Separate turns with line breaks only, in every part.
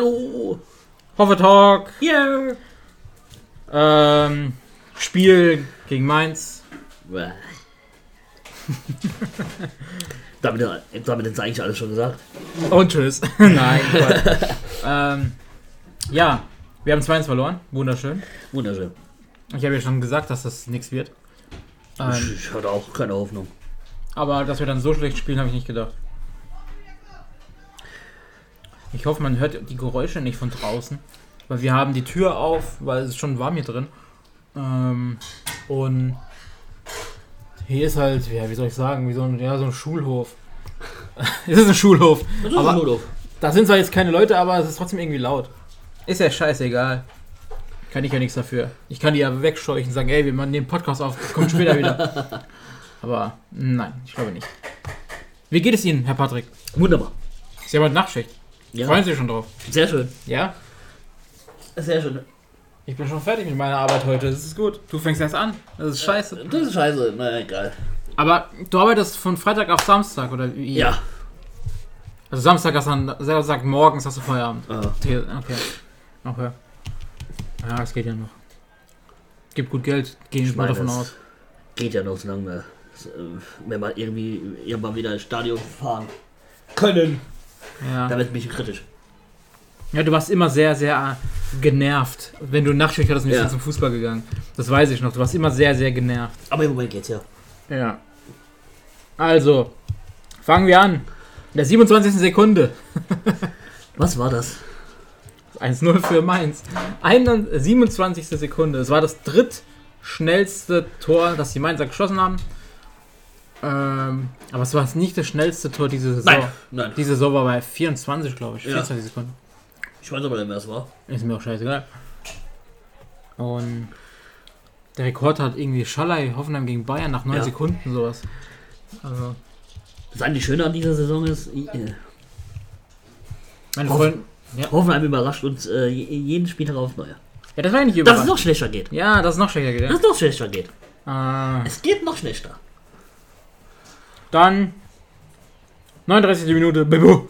Hallo!
Hoffe Talk.
Yeah!
Ähm, Spiel gegen Mainz.
Bäh. damit, damit ist eigentlich alles schon gesagt.
Und tschüss. Nein. Quatsch. ähm, ja, wir haben 2-1 verloren. Wunderschön.
Wunderschön.
Ich habe ja schon gesagt, dass das nichts wird. Ähm,
Ich, ich hatte auch keine Hoffnung.
aber dass wir dann so schlecht spielen, habe ich nicht gedacht. Ich hoffe, man hört die Geräusche nicht von draußen. Weil wir haben die Tür auf, weil es ist schon warm hier drin. Ähm, und hier ist halt, ja, wie soll ich sagen, wie so ein, ja, so ein Schulhof. es ist ein Schulhof.
Das
Aber-
nur doof.
Da sind zwar jetzt keine Leute, aber es ist trotzdem irgendwie laut. Ist ja scheißegal. Kann ich ja nichts dafür. Ich kann die ja wegscheuchen und sagen, ey, wir machen den Podcast auf, kommt später wieder. Aber nein, ich glaube nicht. Wie geht es Ihnen, Herr Patrick?
Wunderbar.
Sie haben heute Nachtschicht.
Ja,
Freuen Sie sich schon drauf?
sehr schön.
Ja?
Sehr schön.
Ich bin schon fertig mit meiner Arbeit heute. Das ist gut. Du fängst erst an. Das ist scheiße.
Äh, Das ist scheiße. Na egal.
Aber du arbeitest von Freitag auf Samstag, oder wie?
Ja.
Also Samstag hast du dann, Samstag morgens hast du Feierabend.
Äh,
Okay. Okay. okay. Ja, es geht ja noch. Gibt gut Geld, gehe ich mal
meine,
davon
das
aus.
Geht ja noch so lange mehr. Das, äh, Wenn wir irgendwie irgendwann wieder ins Stadion fahren können. Da
Ja.
wird mich kritisch.
ja, du warst immer sehr, sehr äh, genervt. Wenn du Nachtschicht hattest, bist du
Ja.
zum Fußball gegangen. Das weiß ich noch. Du warst immer sehr, sehr genervt.
Aber im Moment geht's ja.
Ja. Also, fangen wir an. In der 27. Sekunde.
Was war das?
1-0 für Mainz. 21 27. Sekunde. Es war das drittschnellste Tor, das die Mainzer geschossen haben. Ähm, aber es war nicht das schnellste Tor diese Saison.
Nein, nein.
Die Saison war bei 24, glaube ich.
Ja.
24 Sekunden.
Ich weiß aber nicht, wer es war.
Ist mir auch scheißegal. Und der Rekord hat irgendwie Schallei Hoffenheim gegen Bayern nach 9
Ja.
Sekunden sowas. Also,
Das eigentlich Schöne an dieser Saison ist, äh,
meine
Hoffen-
Freunde.
Hoffenheim überrascht uns äh, je- jeden Spieltag aufs Neue.
Ja, das war ja nicht
Dass es
überraschend.
noch schlechter geht.
Ja, das ist noch schlechter
Dass
gegangen.
es noch schlechter geht.
Ah.
Es geht noch schlechter.
Dann 39. Minute. Bebu.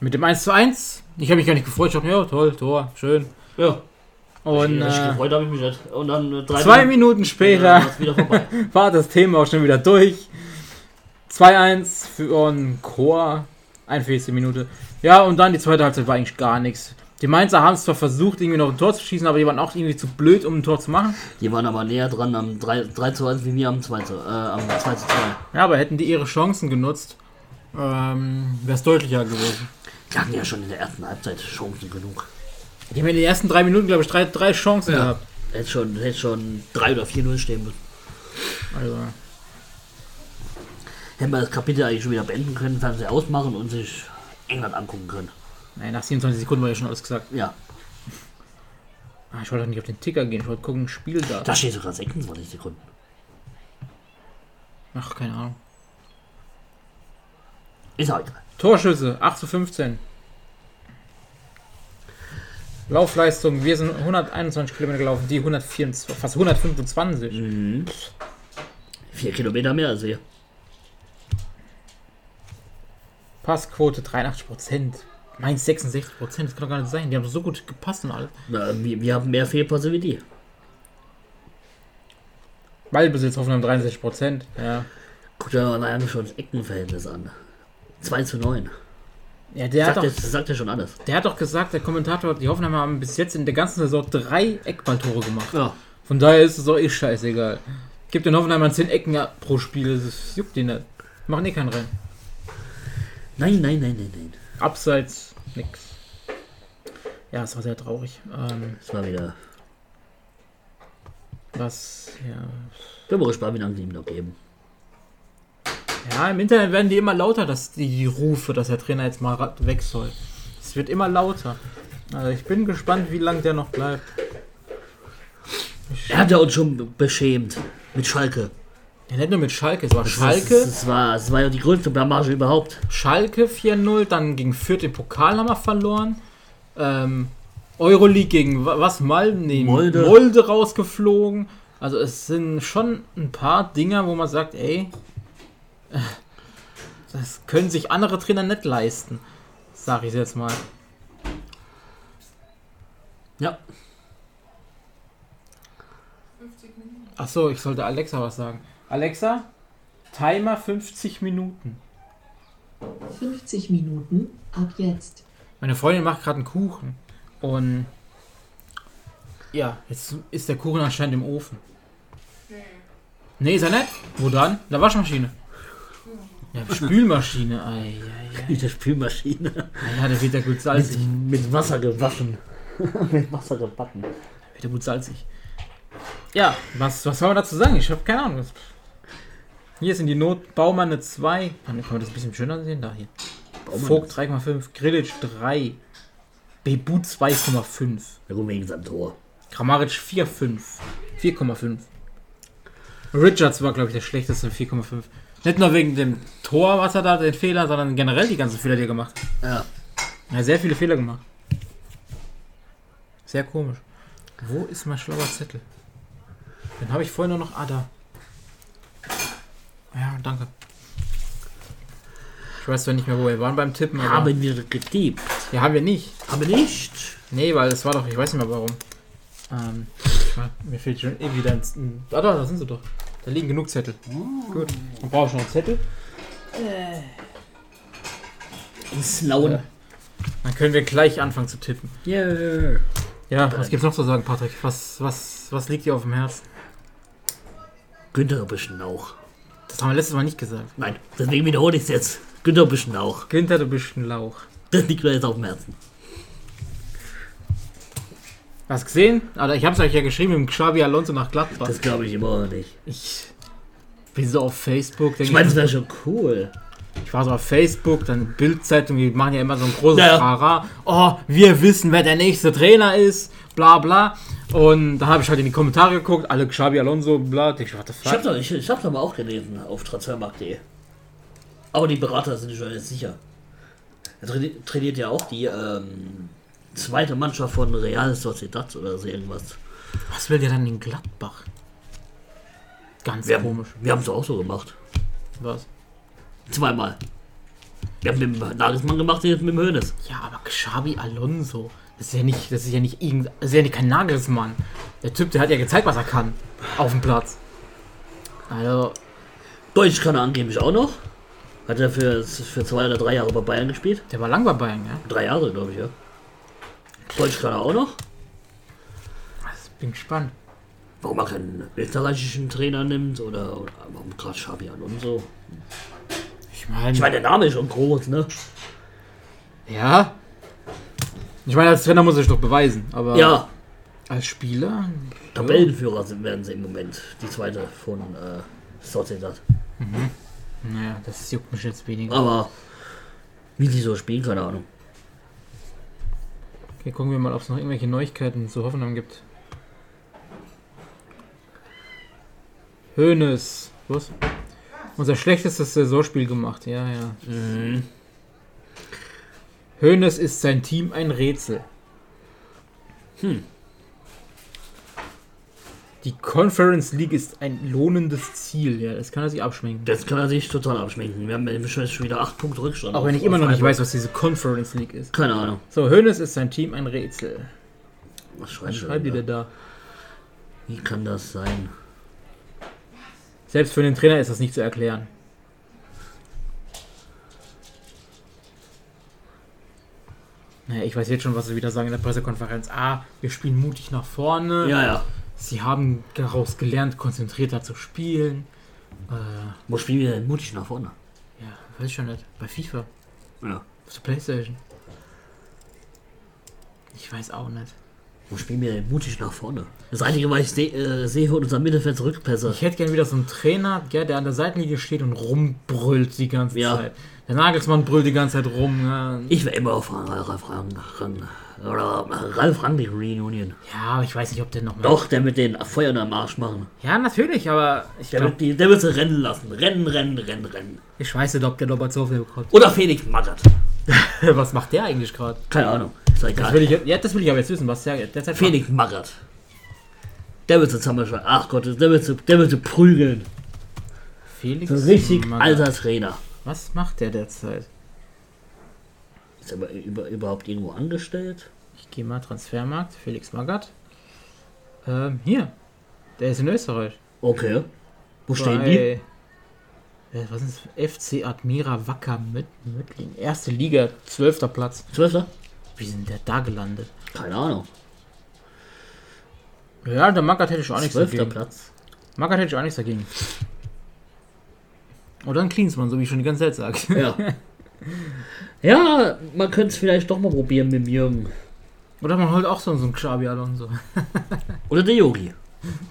Mit dem 1 zu 1. Ich habe mich gar nicht gefreut. Ich dachte, ja, toll, Tor, schön.
Ja.
Und
Richtig
äh,
gefreut habe ich mich nicht. Und dann äh, drei
zwei Minuten
dann
später
war's wieder vorbei.
war das Thema auch schon wieder durch. 2-1 für einen Chor. 41. Minute. Ja, und dann die zweite Halbzeit war eigentlich gar nichts. Die Mainzer haben es zwar versucht, irgendwie noch ein Tor zu schießen, aber die waren auch irgendwie zu blöd, um ein Tor zu machen.
Die waren aber näher dran am 3, 3 zu 1 wie wir am 2 zu, äh, am 2 zu 2.
Ja, aber hätten die ihre Chancen genutzt, ähm, wäre es deutlicher gewesen.
Die hatten ja schon in der ersten Halbzeit Chancen genug.
Die haben in den ersten drei Minuten, glaube ich, drei, drei Chancen
Ja.
gehabt.
Hätte schon, hätte schon 3 oder 4 0 stehen müssen.
Also,
Hätten wir das Kapitel eigentlich schon wieder beenden können, Fernseher ausmachen und sich England angucken können.
nein, nach 27 Sekunden war ja schon alles gesagt.
Ja,
Ah, ich wollte doch nicht auf den Ticker gehen, ich wollte gucken, Spiel da.
da steht sogar 26 Sekunden.
Ach, keine Ahnung.
Ist auch egal.
Torschüsse, 8 zu 15. Laufleistung, wir sind 121 Kilometer gelaufen, die 124, fast 125.
Mhm. 4 Kilometer mehr also als wir.
Passquote 83 Prozent. Mainz 66 Prozent, das kann doch gar nicht sein. Die haben so gut gepasst und alles.
Na, wir, wir haben mehr Fehlpässe wie die.
Ballbesitz Hoffenheim 63 Prozent. Ja.
Guck dir mal alleine schon das Eckenverhältnis an. 2 zu 9.
Ja, der hat,
Sagt,
doch,
das sagt ja schon alles.
der hat doch gesagt, der Kommentator, die Hoffenheimer haben bis jetzt in der ganzen Saison drei Eckballtore gemacht.
Ja.
Von daher ist es auch eh scheißegal. Gibt den Hoffenheim an 10 Ecken pro Spiel, das juckt die nicht. Machen eh keinen rein.
Nein, nein, nein, nein, nein.
Abseits, nix. Ja, es war sehr traurig. Ähm,
Das war wieder.
was, ja.
Bin mal gespannt, wie lange sie ihm noch geben.
ja, im Internet werden die immer lauter, dass die, die Rufe, dass der Trainer jetzt mal ra- weg soll. Es wird immer lauter. Also ich bin gespannt, wie lange der noch bleibt.
Er hat ja uns schon beschämt. Mit Schalke.
Ja, nicht nur mit Schalke, es war
Das,
Schalke,
das, war, das war ja die größte Blamage überhaupt.
Schalke 4-0, dann gegen Fürth im Pokal haben wir verloren. Ähm, Euroleague gegen wa- was mal? Nee,
Molde.
Molde rausgeflogen. Also es sind schon ein paar Dinger, wo man sagt, ey, äh, das können sich andere Trainer nicht leisten. Sag ich jetzt mal.
Ja.
50 Minuten.
Achso, ich sollte Alexa was sagen. Alexa, Timer 50 Minuten.
50 Minuten ab jetzt.
Meine Freundin macht gerade einen Kuchen. Und ja, jetzt ist der Kuchen anscheinend im Ofen.
Nee.
Nee, ist er nicht? Wo dann? In der Waschmaschine. Ja, Spülmaschine. Ei, ei, ei.
Mit der Spülmaschine.
Ja, der wird ja gut
Mit,
salzig.
mit Wasser gewaschen. mit Wasser gebacken.
Der wird ja gut salzig. Ja, was, was soll man dazu sagen? Ich habe keine Ahnung. Was- Hier sind die Not Baumanne 2. Kann, kann man das ein bisschen schöner sehen? Da hier.
Baumann.
Vogt 3,5. Grillitsch 3. Bebu 2,5.
Der Rumänen ist am Tor.
Kramaric 4,5. 4,5. Richards war, glaube ich, der schlechteste 4,5. Nicht nur wegen dem Tor, was er da, den Fehler, sondern generell die ganzen Fehler, die er gemacht hat.
Ja.
Er hat sehr viele Fehler gemacht. Sehr komisch. Wo ist mein schlauer Zettel? Den habe ich vorhin nur noch. Ah, da. Ja, danke. Ich weiß zwar nicht mehr, wo wir waren beim Tippen, aber.
Haben wir getippt.
ja, haben wir nicht.
Aber nicht.
Nee, weil das war doch, ich weiß nicht mehr warum. Ähm, ich mein, mir fehlt schon eh wieder ein. ein- Ah, da, da sind sie doch. Da liegen genug Zettel.
Mm.
Gut. Dann brauche ich noch einen Zettel.
Slauen.
Dann können wir gleich anfangen zu tippen.
Yeah.
Ja, was gibt's noch zu sagen, Patrick? Was, was, was liegt dir auf dem Herzen?
Günther Beschnauch.
Das haben wir letztes Mal nicht gesagt.
Nein, deswegen wiederhole ich es jetzt. Günther Beschnauch.
Günther, du bist ein Lauch.
Das liegt mir jetzt auf dem Herzen.
Hast gesehen? Alter, ich hab's euch ja geschrieben mit dem Xavi Alonso nach Gladbach.
Das glaube ich immer noch nicht.
ich bin so auf Facebook, denk
Ich meine, das wäre schon cool.
Ich war so auf Facebook, dann Bildzeitung, die machen ja immer so ein großes
Ja, ja.
Trara. Oh, wir wissen, wer der nächste Trainer ist, bla bla. Und dann habe ich halt in die Kommentare geguckt, alle Xabi Alonso, bla. Denk Ich, what the
Ich habe
fuck?
doch, ich, ich hab's aber auch gelesen auf transfermarkt.de. Aber die Berater sind schon jetzt sicher. Er traini- trainiert ja auch die ähm, zweite Mannschaft von Real Sociedad oder so irgendwas.
Was will der dann in Gladbach? Ganz
Wir haben
komisch.
wir es auch so gemacht.
Was?
Zweimal. Wir haben mit dem Nagelsmann gemacht, jetzt mit dem Hönes.
Ja, aber Xabi Alonso, das ist ja nicht, das ist ja nicht irgend, das ist ja nicht kein Nagelsmann. Der Typ, der hat ja gezeigt, was er kann. Auf dem Platz. Also,
Deutsch kann er angeblich auch noch. Hat er für, für zwei oder drei Jahre bei Bayern gespielt.
der war lang bei Bayern, ja?
Drei Jahre, glaube ich, ja. Deutsch kann er auch noch.
Also, bin gespannt.
Warum er keinen österreichischen Trainer nimmt oder, oder warum gerade Schabi Alonso.
Ich meine.
Ich meine, der Name ist schon groß, ne?
Ja. Ich meine, als Trainer muss ich doch beweisen, aber
Ja,
als Spieler.
Tabellenführer sind, werden sie im Moment. Die zweite von äh, Sociedad.
Naja, das juckt mich jetzt weniger.
Aber wie die so spielen, keine Ahnung.
Okay, gucken wir mal, ob es noch irgendwelche Neuigkeiten zu Hoffenheim gibt. Hönes. Was? Unser schlechtestes Saisonspiel gemacht, ja, ja.
Mhm.
Hönes ist sein Team ein Rätsel. Hm.
Hm.
Die Conference League ist ein lohnendes Ziel, ja, das kann er sich abschminken.
Das kann er sich total abschminken. Wir haben ja schon schon wieder acht Punkte Rückstand.
Auch
auf-
wenn ich immer
auf
noch nicht
Freiburg.
weiß, was diese Conference League ist.
Keine Ahnung.
So, Hönes ist sein Team ein Rätsel.
Was
Was
schreibt er
schreibt ihr
denn
denn da?
da? Wie kann das sein?
Selbst für den Trainer ist das nicht zu erklären. Naja, ich weiß jetzt schon, was sie wieder sagen in der Pressekonferenz. Ah, wir spielen mutig nach vorne.
Ja, ja.
Sie haben daraus gelernt, konzentrierter zu spielen. Äh,
Wo spielen wir denn mutig nach vorne?
ja, weiß ich schon nicht. Bei FIFA.
Ja.
Auf der Playstation. Ich weiß auch nicht.
Wo spielen wir denn mutig nach vorne? Das einzige, was ich seh- äh, sehe, von unserem Mittelfeld Rückpässe.
Ich hätte gern wieder so einen Trainer, ja, der an der Seitenlinie steht und rumbrüllt die ganze
Ja.
Zeit. Der Nagelsmann brüllt die ganze Zeit rum. Ja,
Ich wäre immer auf Ralf Rang, Rang, oder äh, Ralf Rangnick Reunion.
ja aber ich weiß nicht, ob der noch mehr.
Doch, der mit den Feuern am Arsch machen.
Ja, natürlich, aber ich,
Der
glaub,
wird, die, der wird sie rennen lassen. Rennen, rennen, rennen, rennen.
ich weiß nicht, ob der Norbert so viel bekommt.
Oder Felix Magath.
was macht der eigentlich gerade?
Keine Ahnung. Ist doch
Das will
egal.
ich, ja, das will ich aber jetzt wissen, was der derzeit
Felix Magath. Der wird sie zusammenschlagen. Ach Gott, der wird sie, der wird sie prügeln.
macht. Felix.
So ein richtig
Mann,
alter Trainer.
Was macht der derzeit?
Ist er aber über, überhaupt irgendwo angestellt?
Ich gehe mal Transfermarkt, Felix Magath. Ähm, hier. Der ist in Österreich.
Okay. Wo stehen die?
Bei- Äh, Was ist das? FC Admira Wacker Möt- Möttling. Erste Liga, zwölfter Platz.
Zwölfter?
Wie sind der da gelandet?
Keine Ahnung.
Ja, der Magath hätte ich auch nichts
Zwölfter
dagegen.
Platz.
Magath hätte ich auch nichts dagegen. Oder ein Klinsmann, so wie ich schon die ganze Zeit sage.
Ja. ja, man könnte es vielleicht doch mal probieren mit dem Jürgen.
Oder man holt auch so so einen Xabi Alonso.
Oder der Yogi.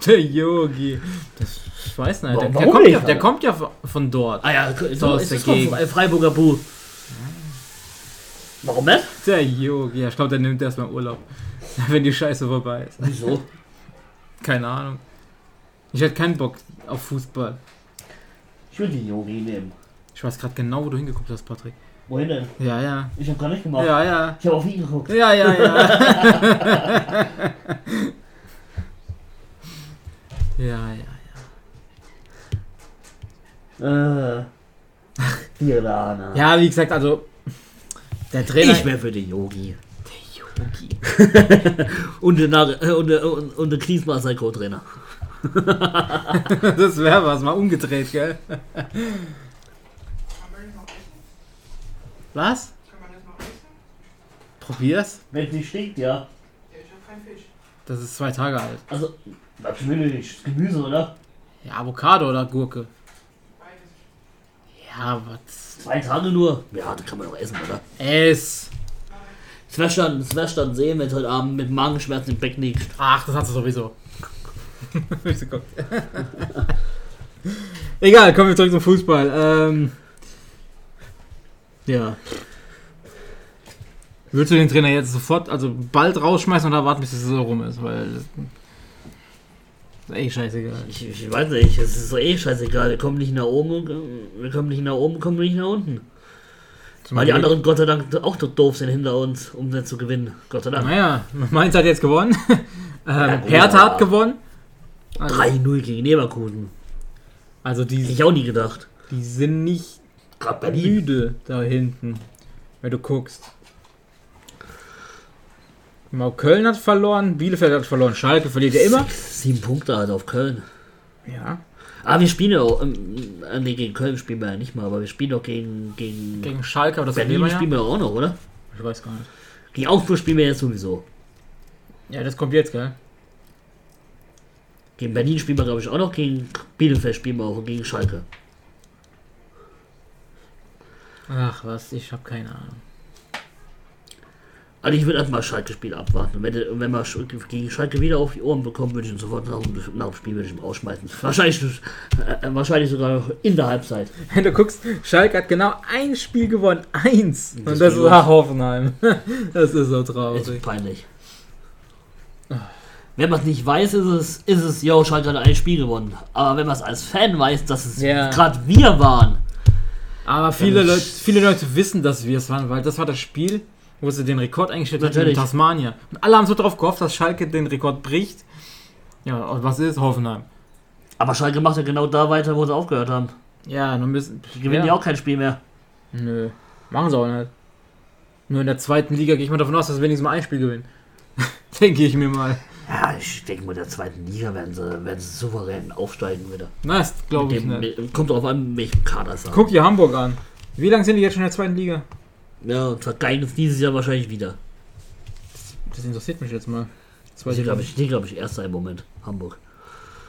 Der Yogi. Das ich weiß nicht. Der,
Warum
der, kommt,
nicht,
ja, der
Alter?
kommt ja von- von dort.
Ah ja, so,
aus
ist
der
es doch
Gegend.
ein Freiburger Bu. Warum nicht?
Der Yogi. Ja, ich glaube, der nimmt erstmal Urlaub. Wenn die Scheiße vorbei ist.
Wieso?
Keine Ahnung. Ich hätte keinen Bock auf Fußball.
Ich will den Yogi nehmen.
Ich weiß gerade genau, wo du hingeguckt hast, Patrick. Oh.
Wohin denn?
Ja, ja.
Ich hab gar nicht gemacht.
Ja, ja.
Ich habe auf ihn geguckt.
Ja, ja, ja. ja, ja.
Äh. Tirana.
Ja, wie gesagt, also der Trainer.
Ich wäre für den Yogi. Und den, Nar- äh, und, den- und, und den Klinsmann als sein Co-Trainer.
das wäre was, mal umgedreht, gell?
Kann man das noch essen?
Was?
Kann man das noch essen?
Probier's.
Wenn es nicht stinkt, ja.
Ja, ich hab keinen Fisch.
Das ist zwei Tage alt.
Also, was will ich? Gemüse, oder?
Ja, Avocado oder Gurke.
Beides.
Ja, was?
Zwei Tage nur. Ja, das kann man doch essen, oder?
Es.
Es wäre dann, es wär dann sehen, wenn es heute Abend mit Magenschmerzen im Becken liegt.
Ach, das hat sie sowieso. Wieso kommt- Egal, kommen wir zurück zum Fußball. Ähm, ja. Willst du den Trainer jetzt sofort, also bald rausschmeißen oder warten, bis die Saison rum ist? Weil. Das ist echt scheißegal.
Ich, ich weiß nicht, es ist so eh scheißegal. Wir kommen nicht nach oben, und- wir kommen nicht nach oben, kommen nicht nach unten. Weil
Mhm.
die anderen Gott sei Dank auch so doof sind hinter uns, um dann zu gewinnen. Gott sei Dank.
Naja, Mainz hat jetzt gewonnen.
Ja,
ähm,
gut,
Hertha
aber-
hat gewonnen. Also,
3-0 gegen Leverkusen.
also
Hätte
die,
ich auch nie gedacht.
die sind nicht
Gerade Berlin.
müde da hinten, wenn du guckst. Mal Köln hat verloren, Bielefeld hat verloren, Schalke verliert ja immer.
Sieben Punkte halt auf Köln.
Ja,
Ah, wir spielen ja auch. Ähm, äh, nee, gegen Köln spielen wir ja nicht mal, aber wir spielen doch gegen. gegen,
gegen Schalke, aber das verlieren
Berlin
wir ja.
spielen wir auch noch, oder?
Ich weiß gar nicht.
Gegen Augsburg spielen wir jetzt sowieso.
Ja, das kommt jetzt, gell?
Gegen Berlin spielen wir, glaube ich, auch noch. Gegen Bielefeld spielen wir auch und gegen Schalke.
Ach was, ich habe keine Ahnung.
Also ich würde erstmal Schalke-Spiel abwarten. Und wenn, der- wenn wir Sch- gegen Schalke wieder auf die Ohren bekommen, würde ich ihn sofort nach, dem- nach dem Spiel würde ich ihn rausschmeißen. Wahrscheinlich, äh, wahrscheinlich sogar noch in der Halbzeit.
Wenn du guckst, Schalke hat genau ein Spiel gewonnen, eins. Und
Das
das
Spiel
war Hoffenheim. Das ist so
Das
traurig.
ist peinlich. Wenn man es nicht weiß, ist es, ist es, yo, Schalke hat ein Spiel gewonnen. Aber wenn man es als Fan weiß, dass es
Ja.
gerade wir waren.
Aber viele,
Ja,
Leute, viele Leute wissen, dass wir es waren, weil das war das Spiel, wo sie den Rekord eingestellt haben in
Natürlich.
Tasmania. Und alle haben so drauf gehofft, dass Schalke den Rekord bricht. Ja, und was ist? Hoffenheim.
Aber Schalke macht ja genau da weiter, wo sie aufgehört haben.
Ja, nun müssen.
Die gewinnen ja
ja
auch kein Spiel mehr.
Nö. Machen sie auch nicht. Nur in der zweiten Liga gehe ich mal davon aus, dass sie wenigstens mal ein Spiel gewinnen. Denke ich mir mal.
Ja, ich denke mal, in der zweiten Liga werden sie, werden sie souverän aufsteigen wieder.
Na, das glaube ich
Dem-
nicht.
kommt drauf an, welchen Kader es haben.
Guck dir Hamburg an. Wie lange sind die jetzt schon in der zweiten Liga?
Ja, und vergeigen es dieses Jahr wahrscheinlich wieder.
Das interessiert mich jetzt mal.
Die
Zweite
sind, glaube
Liga.
ich, die, glaub ich, erster im Moment. Hamburg.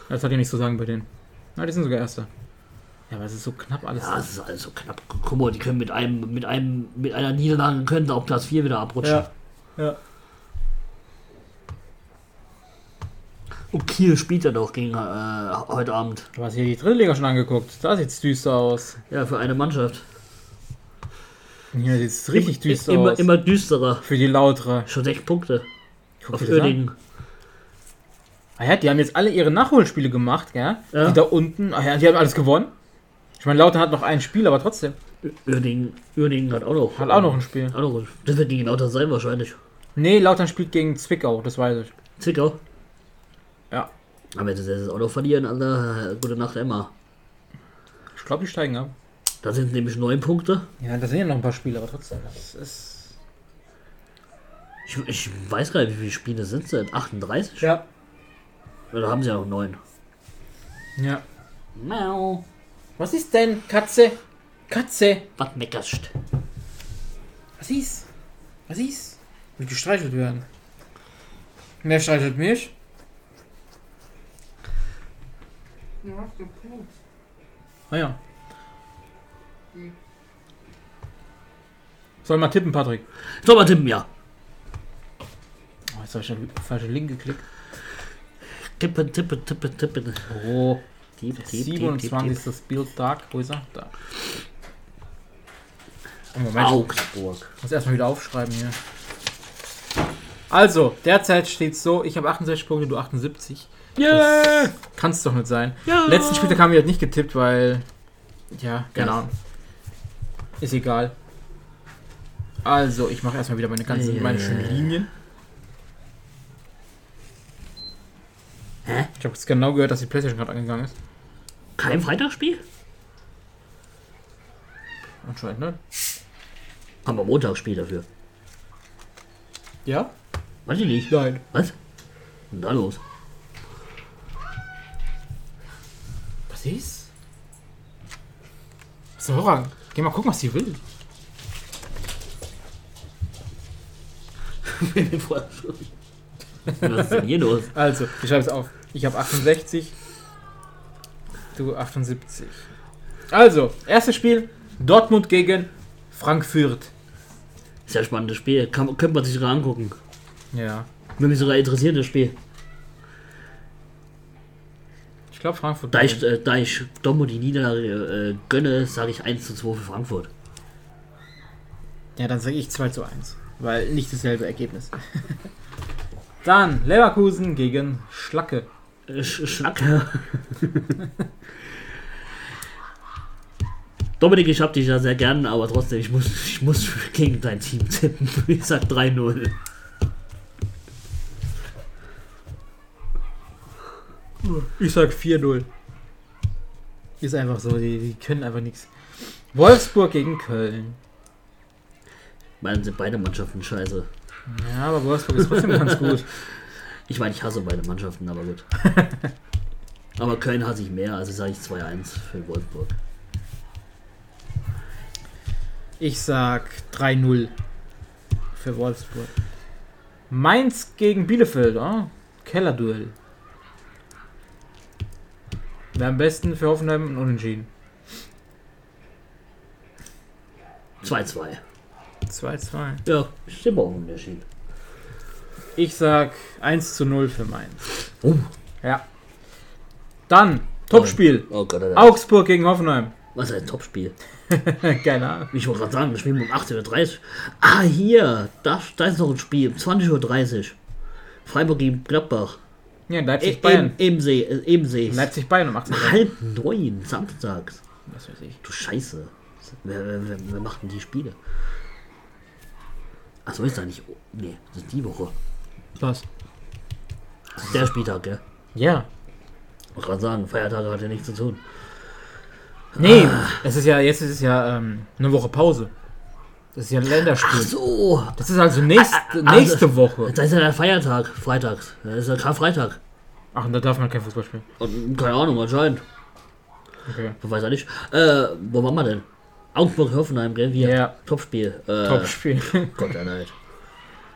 Das hat ja nichts zu sagen bei denen. Na, die sind sogar Erster. Ja, aber es ist so knapp alles.
Ja, es ist alles so knapp. Guck mal, die können mit einem, mit einem, mit einer Niederlage können sie auf Platz 4 wieder abrutschen.
Ja. Ja.
Und Kiel spielt ja doch gegen äh, heute Abend.
Du hast hier die dritte Liga schon angeguckt. Da sieht's düster aus.
Ja, für eine Mannschaft.
Hier sieht's richtig
Im-
düster
immer,
aus.
Immer düsterer.
Für die Lautra.
Schon sechs Punkte
Guck
auf
dir das an.
Oerdingen.
Ah ja, die haben jetzt alle ihre Nachholspiele gemacht, gell?
Ja.
Die da unten, ah ja, die haben alles gewonnen. Ich meine, Lauter hat noch ein Spiel, aber trotzdem.
Oerdingen, Oerdingen hat auch noch.
Hat auch noch ein Spiel.
Hat auch noch- Das wird gegen Lauter sein wahrscheinlich.
Nee, Lautern spielt gegen Zwickau, das weiß ich.
Zwickau.
Ja.
Aber wenn sie das jetzt auch noch verlieren, Alter, gute Nacht, Emma.
Ich glaube, die steigen ab.
Da sind nämlich neun Punkte.
Ja, das sind ja noch ein paar Spiele, aber trotzdem. Das ist.
Ich, ich weiß gar nicht, wie viele Spiele sind es denn? 38?
Ja.
Oder haben sie ja noch 9?
Ja.
Miau.
Was ist denn, Katze? Katze!
Was meckerst?
Was ist? Was ist? Will gestreichelt werden. Wer streichelt mich?
Du hast gepupst.
Ah ja. Soll mal tippen, Patrick.
So, mal tippen, ja.
Oh, jetzt habe ich den falschen Link geklickt.
Tippen, tippen, tippen, tippen.
Oh,
Tipp,
der
tipp, tipp, tipp, tipp.
27. Spieltag. Wo ist er? Da. Oh, Moment,
Augsburg.
ich muss erstmal wieder aufschreiben hier. Also, derzeit steht so, ich habe 68 Punkte, du 78.
Yeah!
Kann es doch nicht sein.
Ja!
Letzten Spieltag haben wir halt nicht getippt, weil. Ja,
Ja.
genau. Ist egal. Also, ich mache erstmal wieder meine ganzen, meine schönen Linien.
Hä?
Ich habe jetzt genau gehört, dass die Playstation gerade angegangen ist.
Kein Freitagsspiel?
Anscheinend, ne?
Haben wir Montagsspiel dafür.
Ja?
Weiß ich nicht.
Nein.
Was? Und da los.
Was ist? Was ist Horror? Geh mal gucken, was sie will.
Was ist denn hier los?
Also, ich schreibe es auf. Ich habe 68. Du 78. Also, erstes Spiel: Dortmund gegen Frankfurt.
Sehr spannendes Spiel. Kann, könnte man sich sogar angucken.
Ja.
Würde mich sogar interessieren, das Spiel.
Ich glaube, Frankfurt.
Da ich, äh, da ich Domo die Niederlage äh, gönne, sage ich 1 zu 2 für Frankfurt.
Ja, dann sage ich 2 zu 1. Weil nicht dasselbe Ergebnis. dann Leverkusen gegen Schlacke.
Äh, Sch Schlacke. Dominik, ich hab dich ja sehr gern, aber trotzdem, ich muss, ich muss gegen dein Team tippen. Ich sag 3-0.
Ich sag 4-0. Ist einfach so, die, die können einfach nichts. Wolfsburg gegen Köln.
Meinen sind beide Mannschaften scheiße.
Ja, aber Wolfsburg ist trotzdem ganz gut.
Ich meine, ich hasse beide Mannschaften, aber gut. aber Köln hasse ich mehr, also sage ich 2-1 für Wolfsburg.
Ich sag 3-0 für Wolfsburg. Mainz gegen Bielefeld, oh? Kellerduell. Wäre am besten für Hoffenheim ein Unentschieden.
2-2.
2-2.
Ja, ist immer ein Unterschied.
Ich sag 1 zu 0 für Mainz.
Oh.
Ja. Dann, Topspiel.
Oh Gott, Alter.
Augsburg gegen Hoffenheim.
Was ein Topspiel.
Keine Ahnung.
Ich wollte gerade sagen, wir spielen um 18.30 Uhr. Ah, hier, da, da ist noch ein Spiel, um 20.30 Uhr. Freiburg gegen Gladbach.
Ja,
Im,
Leipzig,
im,
Bayern.
im See, äh, im See.
Leipzig, Bayern um 18 Uhr.
Halb neun, samstags.
Was weiß ich.
Du Scheiße. Wer, wer, wer, wer macht denn die Spiele? Achso, ist da nicht. Oh, nee, das ist die Woche.
Was?
Das ist der Spieltag, gell?
Ja.
Ah. Ich wollte gerade sagen, Feiertage hat ja nichts zu tun.
Nee, es ist ja, jetzt ist es ja ähm, eine Woche Pause. Das ist ja ein Länderspiel.
Ach so.
Das ist also nächst, nächste Woche.
Da ist ja der Feiertag, freitags. Da ist ja Karfreitag.
Ach, und da darf man kein Fußball spielen.
Und keine Ahnung, anscheinend.
Okay.
Weiß er nicht. Äh, wo waren wir denn? Augsburg-Hoffenheim, gell? Wir.
Ja.
Topspiel. Äh,
Topspiel.
Gott der Neid.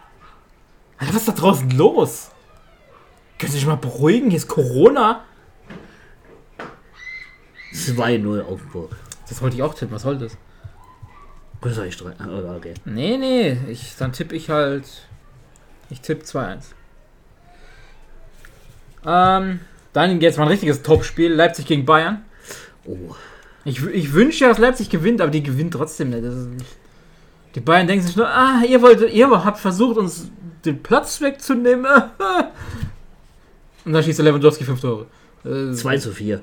Alter, was ist da draußen los? Könnt ihr euch mal beruhigen? Hier ist Corona.
2-0 Augsburg.
Das wollte ich auch tippen. Was soll das?
Größer ich drei. Ah, oder, Okay.
Nee, nee. Ich, dann tippe ich halt. Ich tippe 2-1. Ähm, dann jetzt mal ein richtiges Topspiel. Leipzig gegen Bayern.
Oh.
Ich, w- ich wünsche ja, dass Leipzig gewinnt, aber die gewinnt trotzdem nicht. Das ist, die Bayern denken sich nur, ah, ihr wollt, ihr habt versucht, uns den Platz wegzunehmen. Und dann schießt der Lewandowski fünf Tore. Äh,
2 zu 4.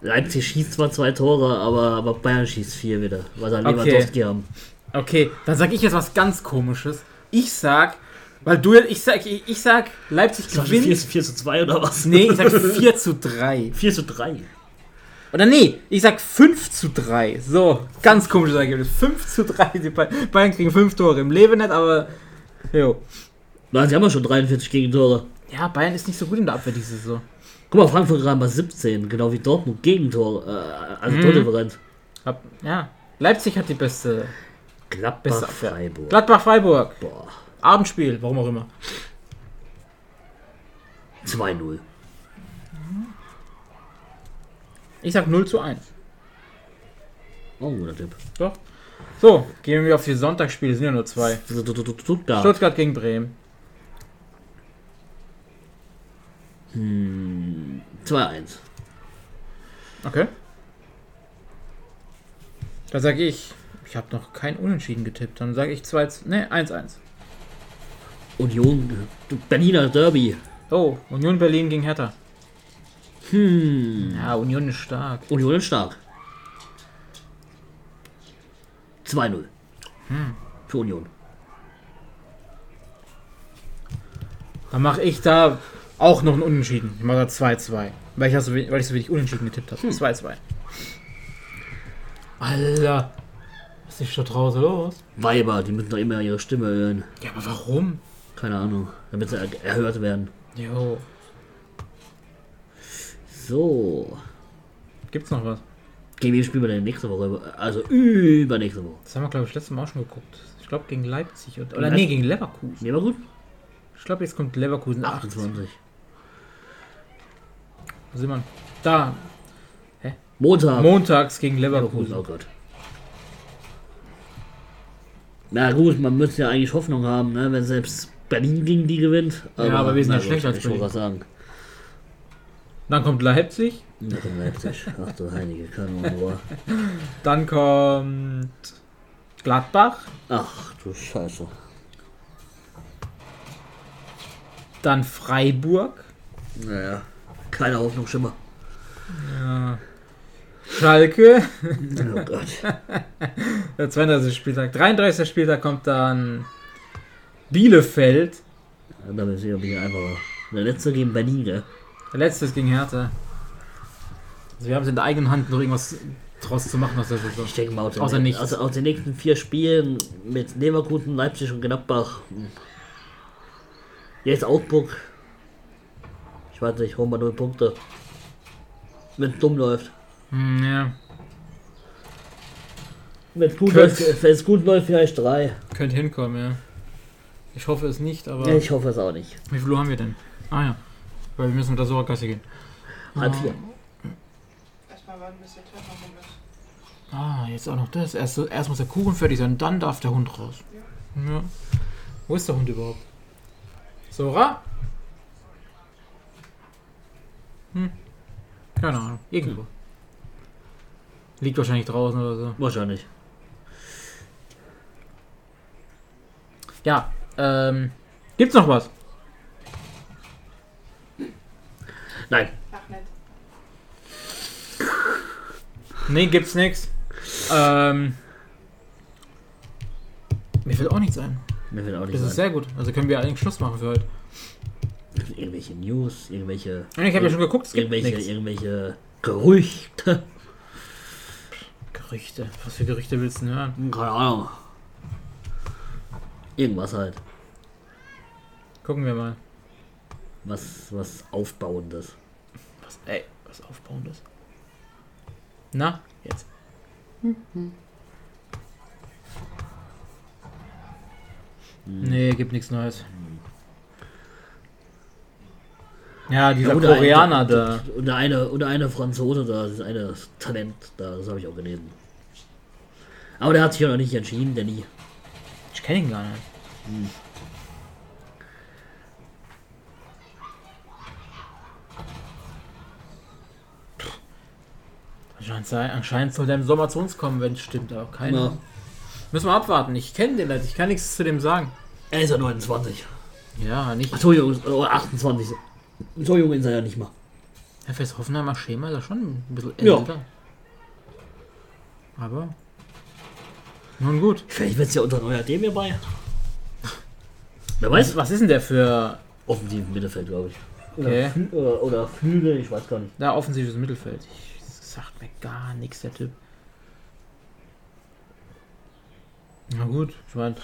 Leipzig schießt zwar zwei Tore, aber, aber Bayern schießt vier wieder, weil sie an
Okay.
Lewandowski haben.
Okay, dann sag ich jetzt was ganz komisches. Ich sag, weil du, ich sag, ich, ich sag, Leipzig
Sag ich 4,
gewinnt.
zu- 4 zu 2 oder was?
Nee, ich sag 4 zu 3.
4 zu 3.
Oder nee, ich sag 5 zu 3. So, ganz komisches Ergebnis. 5 zu 3. Die Bay- Bayern kriegen 5 Tore. Im Leben nicht, aber. Jo.
Nein, sie haben ja schon 43 Gegentore.
Ja, Bayern ist nicht so gut in der Abwehr diese Saison.
Guck mal, Frankfurt gerade bei 17, genau wie Dortmund Gegentore, äh, also
Mhm.
Tordifferenz.
Hab, ja. Leipzig hat die beste, beste
Gladbach,
Abwehr.
Freiburg.
Gladbach-Freiburg.
Boah,
Abendspiel, warum auch immer.
2-0.
Ich sag 0 zu 1.
Oh, guter Tipp.
Doch. So, gehen wir auf die Sonntagsspiele, sind ja nur zwei.
Stuttgart.
Stuttgart gegen Bremen.
Hm, 2-1.
Okay. Da sage ich, ich habe noch kein Unentschieden getippt. Dann sage ich 2 zu. Ne, 1-1.
Union, Berliner Derby.
Oh, Union Berlin gegen Hertha.
Hm,
Ja, Union ist stark.
Union ist stark. 2-0. Hm. Für Union.
Dann mache ich da auch noch ein Unentschieden. Ich mache da 2-2. Weil ich, das so wenig, weil ich so wenig Unentschieden getippt habe. 2-2. Alter. Was ist da draußen los?
Weiber, die müssen doch immer ihre Stimme erhöhen.
Ja, aber warum?
Keine Ahnung, damit sie er- erhört werden.
Jo.
So.
Gibt's noch was?
Gegen wen spielen wir denn nächste Woche? über- Also übernächste Woche.
Das haben wir, glaube ich, letztes Mal auch schon geguckt. Ich glaube, gegen Leipzig. Oder, oder
Leip-
nee, gegen Leverkusen.
Nee, war gut.
Ich glaube, jetzt kommt Leverkusen 28.
28.
Wo sind wir? Da.
Montag.
Montags gegen
Leverkusen, oh
Leverkusen.
Gott. Na gut, man müsste ja eigentlich Hoffnung haben, ne? wenn selbst Berlin gegen die gewinnt.
Ja, aber wir sind
na
ja schlechter als
Ich wollte
Berlin.
was sagen.
Dann kommt Leipzig.
Na, in Leipzig. Ach du heilige Kanone. boah.
Dann kommt Gladbach.
Ach du Scheiße.
Dann Freiburg.
Naja, keine Hoffnung, Schimmer.
Ja. Schalke.
Oh Gott.
Der 32. Spieltag. 33. Spieltag kommt dann Bielefeld.
Und damit sehen wir einfacher. Der letzte gegen Berlin, ne?
Der letzte ist gegen Hertha. Also wir haben es in der eigenen Hand, noch irgendwas draus zu machen aus der Saison.
Ich denke mal, aus den,
Außer nichts.
Also aus den nächsten vier Spielen mit Leverkusen, Leipzig und Gladbach. Jetzt Augsburg. Ich weiß nicht, holen wir null Punkte. Wenn es dumm läuft.
Hm, ja.
Wenn es gut,
Könnt-
läuft- wenn's gut läuft, vielleicht drei.
Könnt hinkommen, ja. Ich hoffe es nicht, aber.
Ich hoffe es auch nicht.
Wie viel Uhr haben wir denn? Ah ja. Weil wir müssen mit der Sorgasse gehen. Ah.
Halb vier.
Erstmal warten, bis der Teller rum ist.
Ah, jetzt auch noch das. Erst, erst muss der Kuchen fertig sein, dann darf der Hund raus. Ja. Wo ist der Hund überhaupt? Sora? Hm. Keine Ahnung. Irgendwo. Liegt wahrscheinlich draußen oder so.
Wahrscheinlich.
Ja, ähm. Gibt's noch was?
Nein.
Ach, nett.
Nee, gibt's nix. Ähm. Mir fällt auch nichts ein.
Mir wird auch nicht
Das ist
sein.
sehr gut. Also können wir eigentlich Schluss machen für heute.
Irgendwelche News, irgendwelche.
Ich habe ja schon geguckt, es gibt
irgendwelche,
nichts.
irgendwelche Gerüchte.
Gerüchte. Was für Gerüchte willst du denn hören?
Keine Ahnung. Irgendwas halt.
Gucken wir mal.
Was, was Aufbauendes.
Was, ey, was Aufbauendes. Na, jetzt. Nee, gibt nichts Neues. Ja, dieser
oder
Koreaner
ein,
da.
Und eine, und eine Franzose da, das ist eine Talent da, das habe ich auch gelesen. Aber der hat sich ja noch nicht entschieden, der nie.
Ich kenne ihn gar nicht. Pff. Anscheinend, sei, anscheinend soll der im Sommer zu uns kommen, wenn es stimmt, aber keine.
Ja.
Müssen wir abwarten. Ich kenne den nicht. Ich kann nichts zu dem sagen.
Er ist ja 29.
Ja, nicht.
Ach, oh, Entschuldigung, oder 28. Entschuldigung, ist er ja nicht mal.
FS Hoffenheimer Schema ist ja schon ein bisschen
Ja.
älter. Aber. Nun gut.
Vielleicht wird es ja unser neuer dem hier bei. Wer weiß?
Was ist denn der für.
Offensiven Mittelfeld, glaube ich. Oder,
Okay.
Flü- oder, oder Flügel, ich weiß gar nicht.
Da offensives Mittelfeld. Ich- Das sagt mir gar nichts, der Typ. Na gut, ich meine,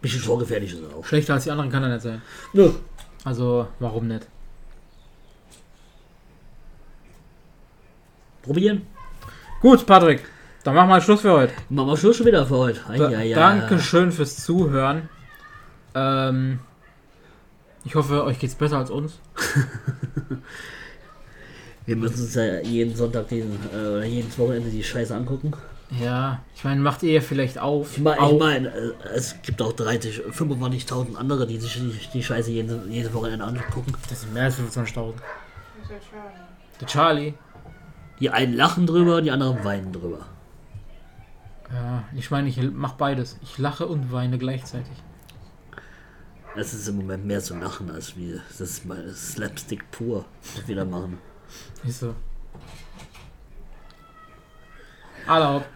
Bisschen vorgefährlich ist er auch.
schlechter als die anderen kann er nicht sein.
Nö.
Also, warum nicht?
Probieren.
Gut, Patrick, dann machen wir Schluss für heute.
Machen wir Schluss schon wieder für heute. Ei,
Da-
ei, ei.
Dankeschön fürs Zuhören. Ähm, ich hoffe, euch geht's besser als uns.
Wir müssen uns ja jeden Sonntag diesen, äh, oder jedes Wochenende die Scheiße angucken.
Ja, ich meine, macht ihr vielleicht auf.
Ich meine,
Au.
ich mein, äh, es gibt auch 30, 25.000 andere, die sich die, die Scheiße jedes jede Wochenende angucken.
Das sind mehr als 25.000.
Muss ja schauen.
Der Charlie.
Die einen lachen drüber, die anderen weinen drüber.
Ja, äh, ich meine, ich mach beides. Ich lache und weine gleichzeitig.
Es ist im Moment mehr zu lachen, als wie das ist mal Slapstick pur, was wir da machen.
Ist so. Alle hopp.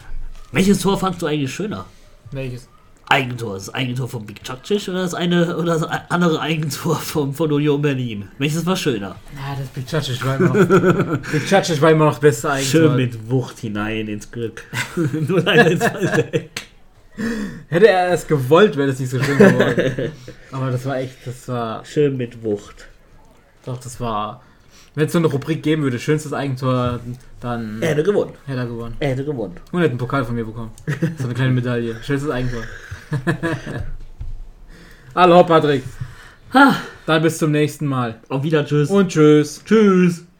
Welches Tor fandst du eigentlich schöner?
Welches?
Eigentor. Das Eigentor von Big Chakchich oder das eine oder das andere Eigentor von, von Union Berlin? Welches war schöner?
Na, das Bichacic war immer noch. Bichacic war immer noch das beste eigentlich.
Schön mit Wucht hinein ins Glück. Nur leider ins Falsche.
Hätte er es gewollt, wäre das nicht so schön geworden. Aber das war echt, das war.
Schön mit Wucht.
Doch, das war. Wenn es so eine Rubrik geben würde, schönstes Eigentor, dann
Er hätte gewonnen.
hätte er gewonnen.
Er hätte gewonnen.
Und er hätte einen Pokal von mir bekommen. So eine kleine Medaille. Schönstes Eigentor. Hallo, Patrick.
Ha.
Dann bis zum nächsten Mal.
Auf wieder Tschüss.
Und tschüss. Tschüss.